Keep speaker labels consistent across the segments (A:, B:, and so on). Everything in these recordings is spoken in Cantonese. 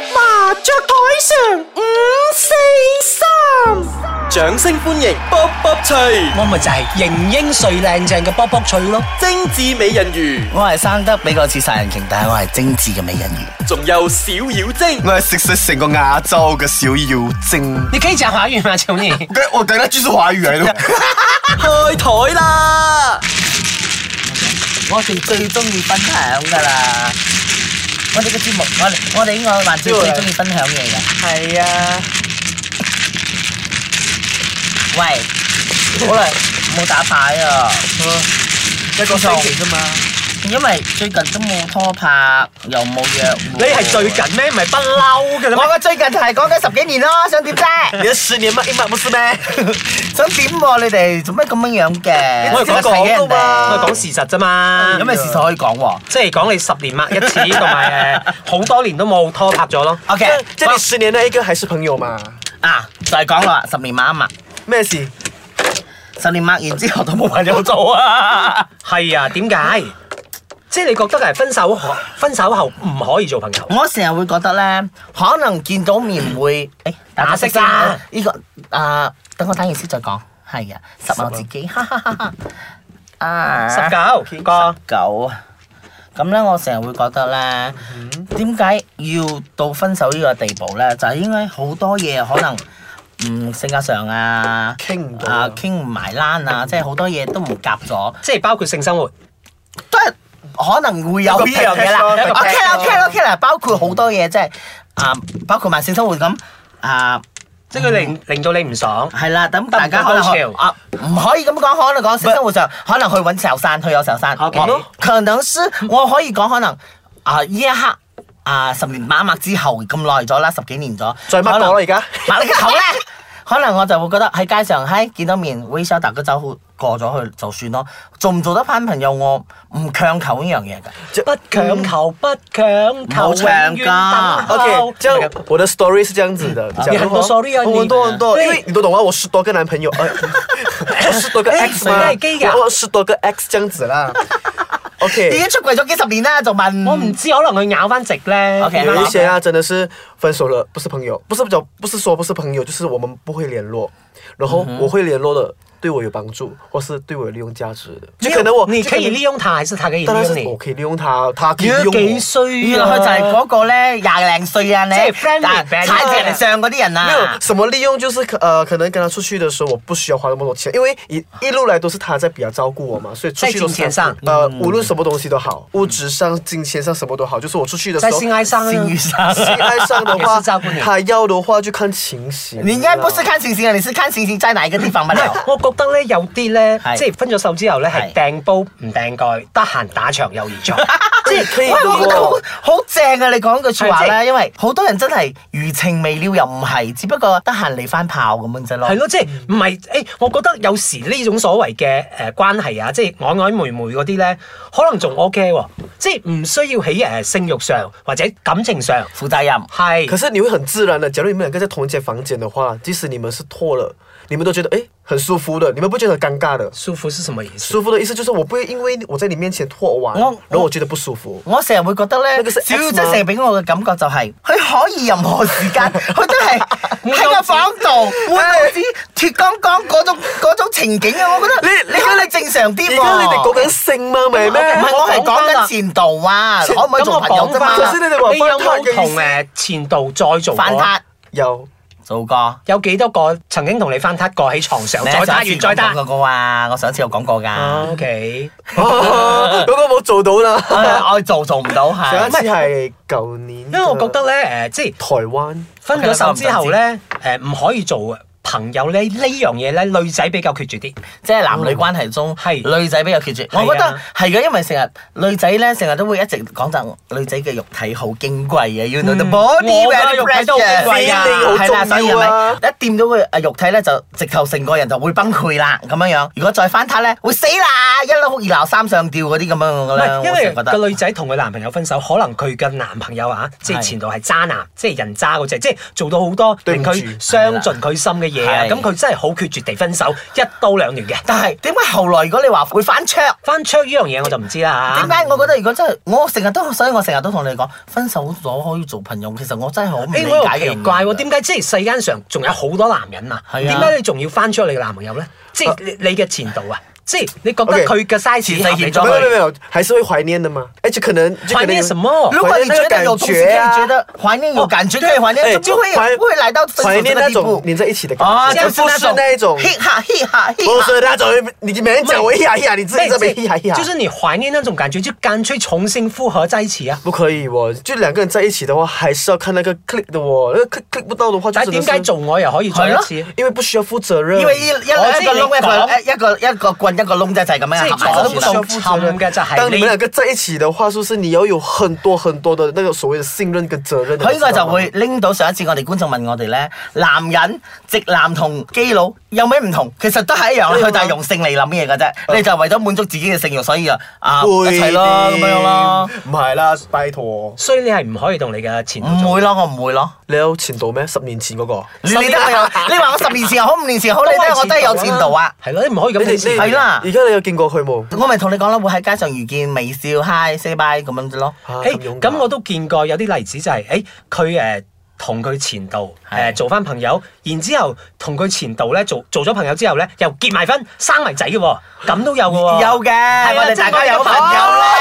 A: 雀台上五四三，掌聲歡迎卜卜脆，
B: 我咪就係型英帥靚正嘅卜卜脆咯。
A: 精緻美人魚，
B: 我係生得比較似殺人鯨，但係我係精緻嘅美人魚。
A: 仲有小妖精，
C: 我係食食成個亞洲嘅小妖精。
B: 你可以講華語嗎，求 你？
C: 我我等下繼續華語 嚟咯。
A: 開台啦！
B: 我哋最中意分享噶啦。我哋嘅節目，我哋我哋呢個環節最中意分享嘢嘅。
A: 係啊，
B: 喂，好耐冇打牌啊！
A: 一個星期啫嘛，
B: 因為最近都冇拖拍，又冇約會。
A: 你係最近咩？唔係不嬲嘅啦
B: 我
A: 咩？
B: 嘅最近係講緊十幾年咯，想點啫？
A: 你一十年乜乜冇事咩？
B: 想點喎？你哋做咩咁樣樣嘅？
A: 我係
B: 睇
A: 講講
B: 人
A: 噶嘛，
B: 哋
D: 我講事實啫嘛，
B: 有咩事實可以講喎？
D: 即係講你十年抹一次，同埋誒好多年都冇拖拍咗咯。
B: OK，
A: 即係你十年那一個還是朋友嘛？
B: 啊，就係講啦，十年抹一抹，
A: 咩事？
B: 十年抹完之後都冇 朋友做啊！
D: 係啊，點解？即係你覺得係分手後，分手後唔可以做朋友？
B: 我成日會覺得咧，可能見到面會 誒
D: 打色啦。
B: 呢個啊，等我打完先再講。係啊，十我自己，哈哈哈哈 啊，
D: 十九個
B: 九啊。咁咧，我成日會覺得咧，點解要到分手呢個地步咧？就係、因為好多嘢可能，嗯，性格上啊，
A: 傾唔到
B: 啊，傾唔埋欄啊，即係好多嘢都唔夾咗，
D: 即係包括性生活。
B: 都係可能會有呢樣嘢啦。啊
A: 一個
B: OK 啦
A: package 咯
B: ，OK 啦，OK 啦，包括好多嘢，即係啊，包括埋性生活咁啊，
D: 即係佢令令到你唔爽，
B: 係啦，咁
D: 得唔
B: 大家
D: 得
B: 可能
D: 高
B: 去
D: 潮
B: 啊，唔可以咁講，可能講性生活上，可能去揾壽山，去有壽山。
D: OK
B: 我可能是我可以講，可能啊呢一刻啊十年把脈之後咁耐咗啦，十幾年咗，
A: 再乜
B: 可能
A: 我啦而家？
B: 嗱，你嘅口咧， 可能我就會覺得喺街上，喺見到面微笑大家走好過咗去就算咯。做唔做得翻朋友，我唔強求呢樣嘢㗎。
D: 不強求，不強求，永
B: 冇唱
D: 遠
B: 㗎
D: 等候
A: OK，这样我的 story 是这样子的，
D: 你很多 story 啊
A: 我很多
D: 你
A: 很多，
D: 对
A: 因为你都懂啊，我十多个男朋友，哎， 我十多个 X
D: 哎
A: 嘛
D: 你也是 gay，噶
A: 我我十多个 X 这样子啦。
B: 已
A: OK，
B: 經出櫃咗幾十年啦，仲問？
D: 我唔知，可能佢咬翻直咧。
B: OK，
A: 有一些啊，真的是分手了，不是朋友，不是讲不是说不是朋友，就是我们不会联络，然后
D: 嗯
A: 我会联络的，对我有帮助，或是对我有利用價值的，就可能我
D: 你可以利
A: 用，
D: 用他，還是他可以利
A: 當然
D: 用
A: 是
D: 你
A: 我？可以利用他，他可以
D: 如
A: 利
D: 果
A: 用
D: 幾
A: 我。
D: 衰
B: 原來
D: 啊
B: 佢就係嗰個咧，廿零歲啊，你
D: 即係 friend with
B: 啊
D: benefit
B: 踩住人哋上嗰啲人
A: 没有
B: 啊。
A: 什么利用，就是可呃，可能跟他出去的时候，我不需要花那么多钱，因为一一路来都是他在比较照顾我嘛，所以出去都是他
D: 在金钱上嗯
A: 呃，无论什么东西都好，物质上、金钱上什么都好，就是我出去的时
D: 在
A: 候，
D: 性愛上呢
B: 性欲
D: 啊
B: 上
A: 性 爱上的
D: 也
A: 话
D: 是照顾你，
A: 他要的话就看情形。
B: 你應該不是看星星啊，你是看星星在哪一個地方不了。
D: 啊 我覺得咧有啲咧
B: 係，
D: 即係分咗手之後咧，係
B: 係
D: 掟煲唔掟蓋，得閒打場友 誼賽。
A: 即係可以
B: 喂，我覺得好
A: 喎，
B: 好正啊！你講句説話
D: 係
B: 咧，因為好多人真係餘情未了，又唔係，只不過得閒嚟翻炮咁樣啫咯
D: 係。咯，即係唔係？誒，我覺得有時呢種所謂嘅誒關係啊，即係曖曖昧昧嗰啲咧，可能仲 OK 喎，即係唔需要喺誒性慾上或者感情上
B: 負責任。
D: 係。
A: 可是你会很自然的，假如你们两个在同一间房间的话，即使你们是脱了，你们都觉得哎很舒服的，你们不觉得很尴尬的。
D: 舒服是什麼意思？
A: 舒服的意思就是我不会因为我在你面前脱完，
B: 我
A: 然后我觉得不舒服。
B: 我成日會覺得咧
A: 呢個，是
B: 小
A: X
B: 妖
A: 嘛
B: 真成日俾我嘅感覺就係、佢可以任何時 間，佢都係喺個房度，會好似脱光光嗰種嗰種情景啊！我覺得
A: 你
B: 你可以正常啲
A: 而家
B: 喎。
A: 你哋講緊性嘛，咪
B: 唔
A: 咩？
B: 係我係講緊前度啊，可唔可以做朋友啫嘛
A: 咁我講？返啦
D: 你
A: 你有
D: 有
A: 冇
D: 冇
A: 同
D: 同誒前度再做
B: 反
D: 過？
B: 撻
A: 有
B: 做過。
D: 有幾多個曾經同你翻撻過喺床上？再
B: 上
D: 打
B: 次
D: 完再打啊
B: 講。過啊！我上次有講過㗎，
D: O K。
A: 嗰個冇做到啦。
B: 啊我做做唔到
A: 上
B: 係
A: 一次。係舊年，因
D: 因為我覺得咧，誒、
B: 嗯
D: 即係
A: 台灣
D: 分咗手之後咧，誒唔、可以做朋友咧呢樣嘢咧，女仔比較決絕啲。
B: 即係男女關係中，
D: 嗯係
B: 女仔比較決絕。
D: 係啊
B: 我覺得係嘅，因為成日女仔咧，成日都會一直講就女仔嘅肉體好矜貴嘅，you know the
D: 嗯
B: body
D: 我嘅
B: very
D: 肉體都好矜貴啊
B: precious，係啦，
A: 好重要啊
B: 所以係咪一掂到個誒肉體咧，就直頭成個人就會崩潰啦咁樣樣。如果再翻撻咧，會死啦，一哭二鬧三上吊嗰啲咁樣
D: 唔
B: 嘅咧，
D: 係，因
B: 我成
D: 為
B: 日覺得
D: 個女仔同佢男朋友分手，可能佢嘅男朋友啊，即係
B: 係
D: 前度係渣男，即係人渣嗰只，即係做到好多
A: 對唔
D: 令
A: 住
D: 佢傷盡佢心嘅嘢啊，
B: 係
D: 咁佢真係好決絕地分手，一刀兩斷嘅。
B: 但係點解後來如果你話會翻桌？
D: 翻桌呢樣嘢我就唔知啦嚇。
B: 點解我覺得如果真係我成日都，所以我成日都同你講，分手咗可以做朋友，其實我真係好唔理
D: 誒，我又
B: 解嘅。
D: 奇怪喎，點解即係世間上仲有好多男人啊？
B: 係啊
D: 點解你仲要翻出你嘅男朋友咧？即係你你嘅前度啊？即係你覺得
A: OK，
D: 佢嘅 size 合你
B: 前世欠
D: 咗
B: 咗
A: 没有没有没
D: 佢？
A: 有，还是会怀念的嘛。哎，就可能就可
D: 怀
A: 能
D: 念什么
B: 如果你
A: 怀
B: 觉
A: 念
B: 得
A: 那
B: 有
A: 种
B: 东
A: 感
B: 西
A: 觉
B: 可以
A: 啊，
B: 觉得怀念有感觉，可以怀
A: 哎，
B: 念，就不会
A: 怀
B: 不会来到分
A: 怀
B: 手
A: 念
B: 这
A: 那
B: 个地
A: 种
B: 步。
A: 黏在一起的感觉。
B: 啊，
A: 不
B: 就是
A: 是那一种，
B: 嘿哈嘿哈嘿
A: 不
B: 哈，
A: 是那种，你你每天讲我一呀一呀，你自己这边一呀一呀，
D: 就是你懷念那種感覺，就乾脆重新复合在一起啊！
A: 不可以哦。就两个人在一起的话，还是要看那个 click 的哦。那个 click click 不到的话，就
D: 但係
A: 真的
D: 點解
A: 是
D: 做愛又可以再一次？
B: 係
D: 即
A: 因为不需要负责任，
B: 因為一一兩一個窿一個一個一個棍一個窿仔就係啊咁樣
D: 係
B: 合
D: 做得不
B: 埋咗
A: 需
B: 算
D: 受
B: 啦。
A: 要負責
D: 侵
A: 任
D: 嘅就係
A: 当你
D: 你
A: 们。两个在一起的话，是不是你要有很多很多的那个所谓的信任跟责任的？
B: 佢呢個
A: 你知
B: 就
A: 道嗎
B: 會拎到上一次我哋觀眾問我哋咧，男人直男同基佬有咩唔同？其實都係一樣啦，
A: 一樣啊
B: 佢就係用性嚟諗嘢嘅啫。你就係為咗滿足自己嘅性欲，所以就啊
A: 會
B: 一齊咯咁
A: 啲
B: 樣咯。，
A: 唔係啦，拜託。
D: 所以你係唔可以同你嘅前度
B: 唔
D: 做
B: 會咯，我唔會咯。
A: 你有前度咩？十年前嗰個，
B: 你你得我有，你話我十年前又好，五年前又好，
D: 都係
B: 你都係我都係有前度啊。
D: 係咯，你唔可以咁
A: 你
D: 睇
A: 哋
D: 先。
B: 係啦
A: 而家你有見過佢冇？
B: 我咪同你講啦，會喺街上遇見微笑 hi say bye 咁樣啫咯。
A: 啊
D: 誒
A: 勇敢
D: 咁我都見過有啲例子就係誒佢誒同佢前度
B: 係
D: 誒做翻朋友，然之後同佢前度咧做做咗朋友之後咧又結埋婚生埋仔嘅喎，咁都有嘅喎。
B: 有嘅，
D: 係啊
B: 我哋大家有朋友啦，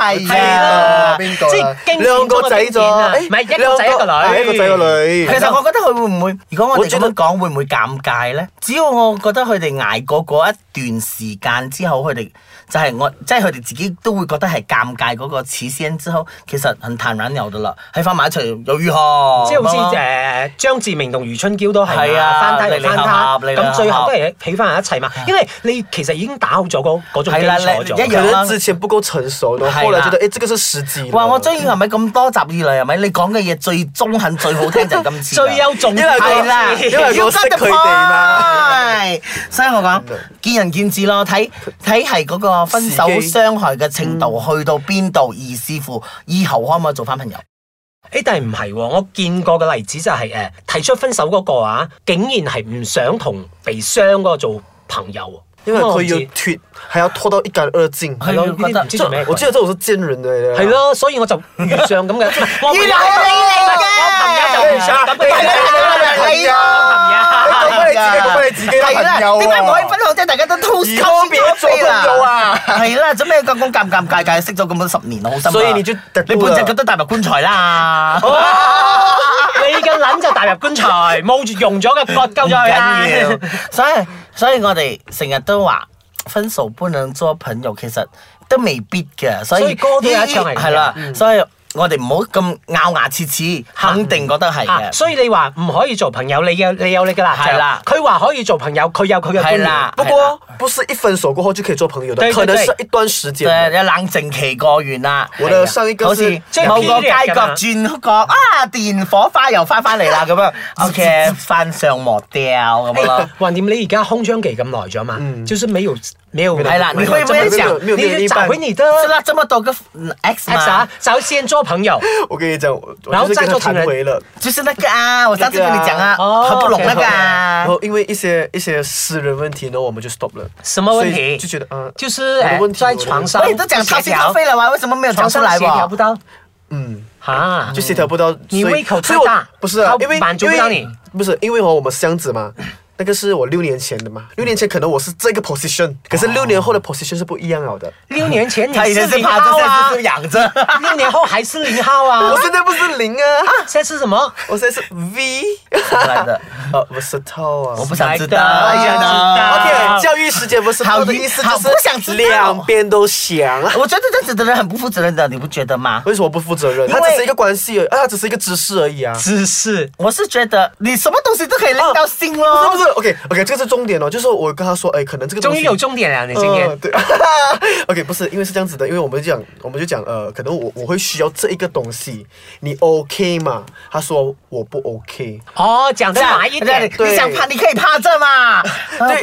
B: 係啊
A: 啊。邊個啊
D: 即係經典
A: 兩個仔
D: 中嘅經典啊
A: 咗，哎
D: 唔係一個仔一個女
A: 係一個仔一個女。
B: 其實我覺得佢會唔會，如果我
A: 我
B: 哋咁
A: 覺得
B: 樣講，會唔會尷尬咧？只要我覺得佢哋捱過嗰一段時間之後，佢哋就係我，即係佢哋自己都會覺得係尷尬嗰個此先之後，其實很坦然有噶啦，喺翻埋一齊又如何？
D: 即係好
B: 咁
D: 似
B: 樣
D: 誒張志明同余春嬌都係
B: 哦係啊
D: 翻胎嚟翻胎，
B: 你你合合
D: 咁最後都係起翻一齊嘛。因為你其實已經打好咗嗰嗰種基
B: 係啦
D: 礎
B: 你一
D: 咗
B: 樣。
A: 可能之前不夠成熟，然
B: 係
A: 後
B: 啦
A: 後來覺得誒，這個是時機。
B: 哇！我中意係咪咁多集以嚟係咪？你講嘅嘢最中肯、最好聽就係今次啦。
D: 最優重
A: 因為我
B: 係啦，
A: 因為我識佢哋嘛
B: 係，所以我講
A: 嗯
B: 見仁見智咯，睇睇係嗰個分手
A: 時機嗯
B: 傷害嘅程度去到邊度，而視乎以後可唔可以做翻朋友。
D: 誒，但係唔係喎？我見過嘅例子就係 誒提出分手嗰個啊，竟然係唔想同被傷嗰個做朋友喎，
A: 因為
D: 咁我
A: 佢
D: 唔知
A: 要脱，還要拖到一乾二淨。
B: 係咯覺得
D: 唔知做咩鬼。
A: 我記得這種是賤人嚟嘅。
D: 係。咯，所以我就遇上咁嘅，我
B: 原來係你嚟嘅
D: 我朋友就遇上咁嘅
B: 哎
A: 係啦係啦係
D: 啦
A: 你講翻你自己，講翻你自己
B: 係
A: 嘅朋
B: 啦，
A: 友
B: 哎點解唔可以分
A: 啊！
B: 享啫？大家都 toast
A: 哎以後別做朋友啊
B: 係啦，做咩咁咁尷尷尬尬？識咗咁多十年，好心啊
A: 所以你就啊
B: 你半隻腳都帶埋棺材啦。
D: 你嘅撚就大入棺材，冇住用咗嘅割鳩咗
B: 唔
D: 佢啦。
B: 緊要，所以所以我哋成日都話分手不能做朋友，其實都未必嘅，所以
D: 所以歌都有一唱係咁嘅嗯
B: 係啦，所以我哋唔好咁咬牙切齒，肯定覺得 係
D: 啊，
B: 嘅。
D: 所以你話唔可以做朋友，你有你有你嘅立
B: 係
D: 場
B: 啦。
D: 佢話可以做朋友，佢有佢嘅觀
B: 係
D: 念
B: 啦。
A: 不過不是一分手過後就可以做朋友的
D: 對，對
A: 可能
D: 對
A: 是一段時
B: 即
A: 間
B: 係
A: 的。
B: 你冷靜期過完啦，
A: 我
B: 係啊
A: 哋上一個
B: 好
A: 是
B: 似
D: 即係
B: 某個
D: period
B: 街
D: 㗎
B: 角
D: 嘛
B: 轉角啊，電火花又翻返嚟啦咁 樣，OK，翻上磨掉咁樣咯。
D: 橫掂哎你而家空窗期咁耐咗嘛，就是沒有沒有
B: 嗯係啦
D: 沒有
B: 你會唔會
D: 這麼
B: 想
A: 沒有沒有另
D: 你就
A: 一
D: 找
A: 半
D: 回你的
B: 是啦，這麼多個 X 嘛
D: ex 哎啊，找先做朋友。
A: 我跟你講，我
D: 然
A: 我
D: 後
A: 就是
D: 再
A: 跟
D: 做
A: 他
D: 情人
A: 談回了。
B: 就是那個啊，我上次跟你講
D: 那
B: 啊，
D: 個啊
B: 合不攏那個啊
A: 然。后因为一些一些私人问题呢，我们就 stop 了。
D: 什麼問題
A: 所以就觉得嗯，
D: 就是
A: 我的
D: 呃
A: 问题
D: 在
A: 我的
D: 床
A: 問題
D: 上
B: 喂，都講掏心掏肺了哇，為什麼沒有
D: 床
B: 講出
D: 上
B: 來
D: 協調不
B: 喎？
D: 到
A: 嗯，
D: 啊，
A: 就协调不到。
D: 你
A: 所以
D: 胃口太
A: 所以我
D: 大
A: 不是啊
D: 他，
A: 因为
D: 满足
A: 因
D: 不
A: 为
D: 到你
A: 不是因为哦，我们箱子嘛。那个是我六年前的嘛，六年前可能我是这个 position，可是六年后
D: 哦
A: 的 position 是不一样了的。
D: 六年前你
B: 他以
D: 是
B: 前是
D: 零
B: 趴着，
D: 號
B: 現
D: 啊
B: 在是，仰着。
D: 六年後還是零號啊
A: 我，现在不是零啊，
D: 現在是什麼？
A: 我现在是 V，
B: 來的，哦
A: 呃，不是套啊。
B: 我不想知道。哎
D: 我想知道
A: OK，教育时间不是
B: 好
A: 套的意思，
B: 好不想
A: 就是
B: 知道
A: 两边都想。
B: 我觉得这样子的人很不负责任的，你不觉得吗？
A: 为什么不负责任？
B: 因为
A: 它只是一个关系而已，啊，它只是一个知识而已啊。
D: 只是
B: 我是觉得哦你什么东西都可以拎到心
D: 啊
A: 不是
B: 咯。
A: 不是，OK OK，这个是重点哦，就是我跟他说，哎，可能这个东
D: 終
A: 西
D: 於有重點啦，你今
A: 呃
D: 天。
A: 对 ，OK，不是，因为是这样子的，因为我们就讲，我们就讲，呃，可能我我会需要这一个东西，你 OK 嘛？他说我不 OK，
D: 哦，講得白一點。
A: 對
B: 你想趴，你可以趴着嘛。
A: 对，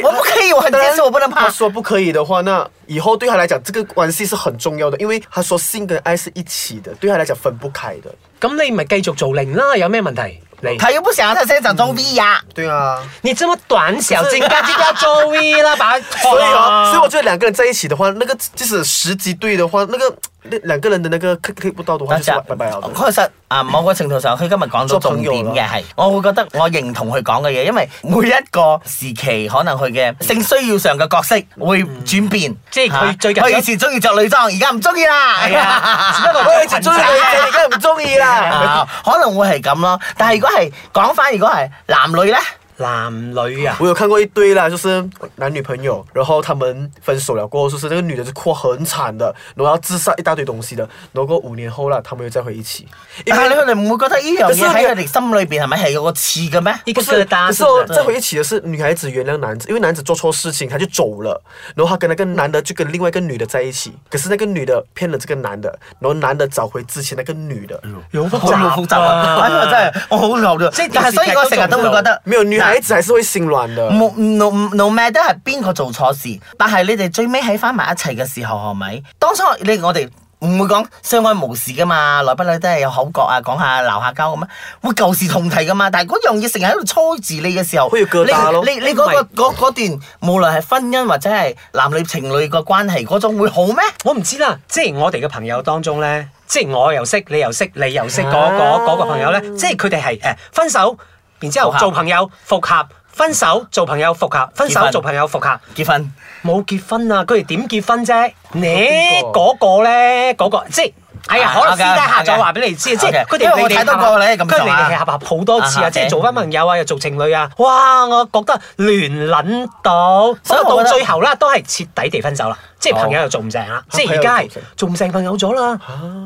B: 呃我不可以，我很坚持，我不能
A: 他
B: 趴。
A: 说不可以的话，那以后对他来讲，这个关系是很重要的，因为他说性跟爱是一起的，对他来讲分不开的。
D: 咁你咪繼續做零啦，有咩問題？你
B: 他又不想要他现在想做 V 呀、
A: 对啊，
D: 你这么短小精干，就不要做 V 啦，把啊它
A: 所以哦，所以我觉得两个人在一起的话，那个即使时机对的话，那个那两个人的那个 click click 不到的话，
B: 多
A: 就是
B: 謝
A: 拜拜了的。
B: 確實啊，某個程度上，佢今日講到
A: 做
B: 重
A: 朋友
B: 點嘅
A: 啦
B: 係，我會覺得我認同佢講嘅嘢，因為每一個時期可能佢嘅性需要上嘅角色會轉變，
D: 即係佢
B: 啊
D: 最近
B: 佢以前中意着女裝，而家唔中意啦。
D: 係 啊只不過
A: 喂，最中意女仔，你梗係唔中意啦。
B: 啊可能會係咁咯。但係如果係講翻，如果係男女咧，
D: 男女啊，
A: 我有看过一堆啦，就是男女朋友，然后他们分手了过后，就是那个女的就哭很惨的，然后要自杀一大堆东西的，然后过五年后啦，他们又再回一起。因
B: 但係
A: 为
B: 你佢哋唔會覺得呢樣嘢喺佢
A: 可
B: 哋心裏邊係咪係有個刺嘅咩？
D: 一
A: 不
D: 个疙
A: 是，
D: 瘩
A: 可是
D: 是不
A: 哦，
B: Ừ.
D: 是
A: 再回一起的是女孩子原谅男子，因为男子做错事情他就走了，然后他跟那个男的就跟另外一个女的在一起，可是那个女的骗了这个男的，然后男的找回之前那个女的，
D: 有
B: 好複雜啊！哎呀，真係我好牛嘅。
D: 即係
B: 但係所以我成日都會覺得
A: 没有女孩子还是会心软的。
B: 冇 no no matter 係邊個做錯事，但係你哋最尾喺翻埋一齊嘅時候，係咪？當初你我哋唔會講相愛無事噶嘛，來不來都係有口角啊，講下鬧下交咁啊，會舊事重提噶嘛。但係嗰樣嘢成日喺度搓住你嘅時候，
A: 會有疙瘩咯
B: 你你你嗰、個嗰嗰段，無論係婚姻或者係男女情侶個關係嗰種會好咩？
D: 我唔知啦，即係我哋嘅朋友當中咧，即係我又識，你又識，你又識嗰
A: 啊
D: 嗰嗰個朋友咧，即係佢哋係誒分手，然之後
B: 復合
D: 做朋友復合，分手做朋友復合，分
B: 結
D: 手
B: 婚
D: 做朋友復合，
B: 結婚
D: 冇結婚啊！佢哋點結婚啫？你
A: 邊個
D: 嗰個咧，嗰個即係。哎呀，
B: 啊
D: 可能私
B: OK，
D: 底下
B: OK
D: 再話俾你知，即係
B: OK，
D: 佢
B: 因
D: 哋
B: 為我
D: 你
B: 睇到
D: 過
B: 過你咁
D: 跟住你
B: 上下
D: 哋合合好多次啊，
B: 啊哈
D: 即係
B: OK
D: 做翻朋友啊，又做情侶啊，哇！我覺得亂撚到，
B: 所
D: 所
B: 以
D: 以
B: 我
D: 到
B: 覺得哦啊
D: 最後啦，都係徹底地分手啦，即係
B: 好
D: 朋友又做唔成啦，即
A: 朋
D: 係
A: 友
D: 而家係
A: 又做唔成
D: 做唔成朋友咗啦，
B: 啊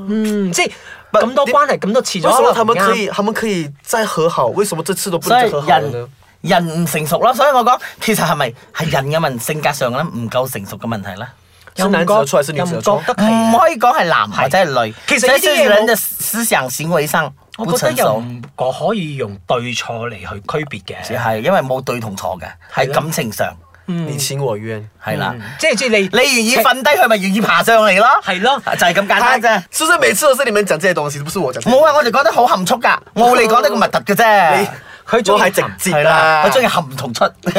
D: 嗯，即係咁多
A: 你
D: 關係咁多次咗
A: 为
D: 啦，
A: 什么他们
D: 唔啱
A: 可以，他们可以再和好？为什么这次都不
B: 所
A: 能再
B: 以
A: 和好了呢
B: 人？人唔成熟咯，所以我講其實係咪係人嘅問性格上咧唔夠成熟嘅問題咧？
A: 是男子的错还是女
D: 又
A: 子
D: 唔
A: 的
D: 覺
A: 错？
D: 得係
B: 唔可以講係男或者係女，
D: 其實呢啲嘢
B: 這是人
D: 我
B: 的思想行為上不
D: 我覺得
B: 成
D: 又
B: 熟，
D: 唔我可以用對錯嚟去區別嘅，
B: 只係因為冇對同錯嘅，喺
D: 咯
B: 感情上
A: 你情我愿。
B: 係啦。
D: 嗯即係即係你
B: 你願意瞓低，佢咪願意爬上嚟咯。
D: 係咯
B: 就係咁簡單啫。
A: 是不是每次都是你们讲这些东西，不是我讲？
B: 冇啊，我哋講得好含蓄㗎，冇你講得咁密突嘅啫。
D: 佢中
A: 我
D: 意
A: 係直
D: 含
A: 接
B: 係
A: 啦，
B: 啦，我中意含同出，唔係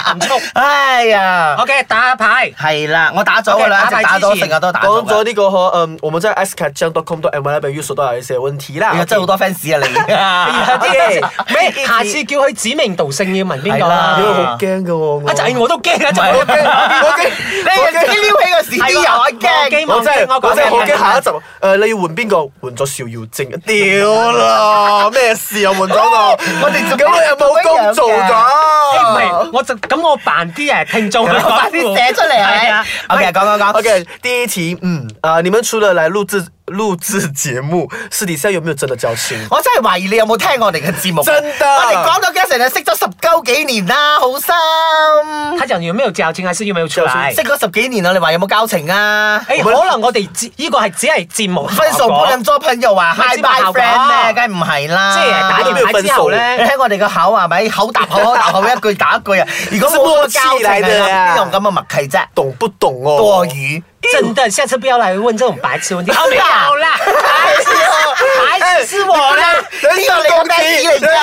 D: 含 蓄。
B: 哎呀，
D: OK，打下牌。
B: 係啦，我打咗㗎啦，一
D: OK，
B: 直打
D: 打牌之
B: 咗，
D: 前
B: 成日都打
A: 讲
B: 咗
A: 咗
B: 㗎。
A: 呢個和嗯，我們在 s k a t c h c o m 到 m y 那邊又收到一些問題啦。
B: 你真係好多 fans 啊你。
D: 咩？下次叫佢指名道姓要問邊個
B: 係啦哦
A: 因為好
D: 啦？
A: 驚嘅喎，我
D: 啊就係我都驚啊！就
B: 唔係哦
D: 係我 驚。
A: 我驚我驚我
B: 你自己撩起個屎啲油，我
D: 係
B: 驚
D: 喎。
A: 我真
D: 我
A: 係
D: 講
A: 我真係好
D: 咩
A: 驚下一集，誒你要換邊個？換咗邵耀正，屌啦，咩事又換咗我？我哋咁我又冇工做
D: 誒唔
A: 咗
D: 係，。我就咁我扮啲誒聽眾，
B: 我把啲寫出嚟啊係
D: 係
B: 咪
D: 啊
B: ？OK，講講講。
A: OK，第一題，嗯，啊，你們除了來錄制錄制節目，私底下有沒有真的交情？
B: 我真係懷疑你有冇聽我哋嘅節目。啊
A: 真㗎
B: 我哋講到嘅成日識咗十鳩幾年啦，好深。
D: 他就要咩有照片，還是要咩有出來？
B: 識
D: 誒，
B: 咗十幾年啦，你話有冇交情啊？
D: 哎可能我哋只呢個係只係節目
B: 分手不能做朋友啊，Hi
D: 知道
B: bye
D: 效果
B: friend 咧，梗係唔係啦。
D: 即係打電話之後
B: 你
D: 咧，
B: 睇我哋個口係咪口搭口口搭口一句打一句啊？如果冇咁嘅交情
A: 是默契嚟嘅
B: 啊，邊有咁嘅默契啫？
A: 懂不懂哦？
B: 多餘。
D: 真的，下次不要來問這種白痴問題。哦，沒
B: 哎
D: 有啦，白痴哦，白痴是我啦。
B: 呢個你嘅 fans 嚟㗎。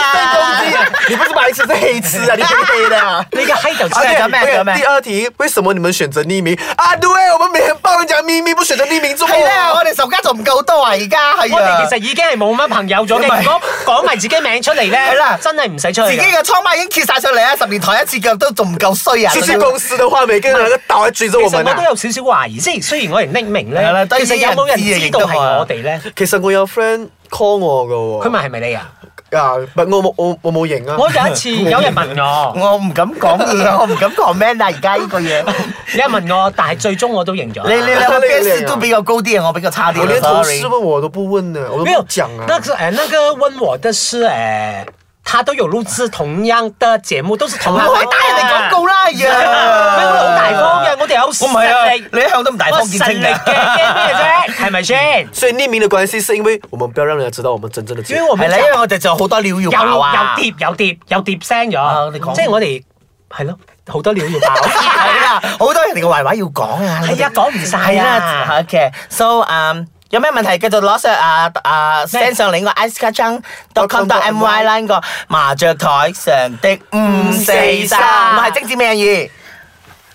A: 啊你不是白痴，是黑痴啊！你黑黑的、啊。
D: 那個黑狗
B: 啊
D: 真
B: 有咩有咩
A: 第二题，为什么你们选择匿名啊？对，我们每人帮人家秘密，不选择匿名
D: 哎
A: 做
B: 係啦，我哋仇家仲唔夠多啊！而家係
D: 我
B: 啊
D: 哋其實已經係冇乜朋友咗
B: 唔係
D: 嘅。如果講埋自己名出嚟咧，
B: 係啦
D: 真係唔使出
B: 自
D: 去
B: 己
D: 嘅。
B: 嘅瘡疤已經揭晒上嚟啦，十年抬一次腳都仲唔夠衰啊！
A: 去去公司的话，每个人有个刀来追着
D: 其
A: 我
D: 實
A: 们、
D: 我都
A: 啊。
D: 有少少懷疑，即係雖然我哋匿名
B: 係啦
D: 咧，
B: 低於
D: 其實有冇人
B: 人知啊
D: 知道係我哋咧？
A: 其实我有 friend call 我噶喎、
D: 佢問係咪你 啊？
A: 啊，唔係我冇我我冇型啊。
D: 我有一次有人問我，
B: 我唔敢講嘢，我唔敢 comment 啊！而家呢個嘢，
D: 有人問我，但係最終我都認咗。
B: 你你兩個 fans 都比較高啲啊，我比較差啲
A: 我
B: 啊
A: 连同
B: ，sorry
A: 事。问我都不问呢、我都
D: 没有
A: 不讲啊。
D: 那个哎，那个问我的是哎，他都有录制同样的节目，都是
B: 唔
D: 同行
B: 好去打人哋廣告啦，哎呀！
D: 咩我好大方嘅，我哋有
B: 我唔係啊
D: 實力，
B: 你一向都唔大方見稱
D: 我實力嘅驚咩啫？係咪先？
A: 所以匿名的关系是因为我们不要让人家知道我们真正的自哎
D: 因為。
A: 己
D: 我
B: 係
D: 們
B: 啦，因為我哋仲 有好多料要
D: 有
B: 爆啊！
D: 有碟有碟有碟聲
B: 啊你講
D: 咗，即係我哋係咯，好多料要爆。
B: 係啦，好多人哋嘅壞話要講啊！
D: 係啊講唔晒啊
B: 係啦，好嘅。So um。有咩問題繼續攞上啊啊 send 上你個 i c e c a t c o m m y 啦，呢個麻雀台上的五四三，我係精子美人魚。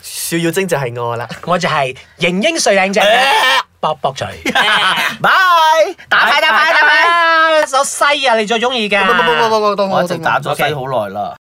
A: 小妖精就係我啦。
D: 我就係型英帥靚仔
B: 呃，
D: 卜卜嘴，
B: Bye，打牌打牌打牌，
D: 手西啊，你最中意㗎。
A: 唔唔唔唔唔，到
B: 我
A: 我
B: 一直打咗西好耐啦。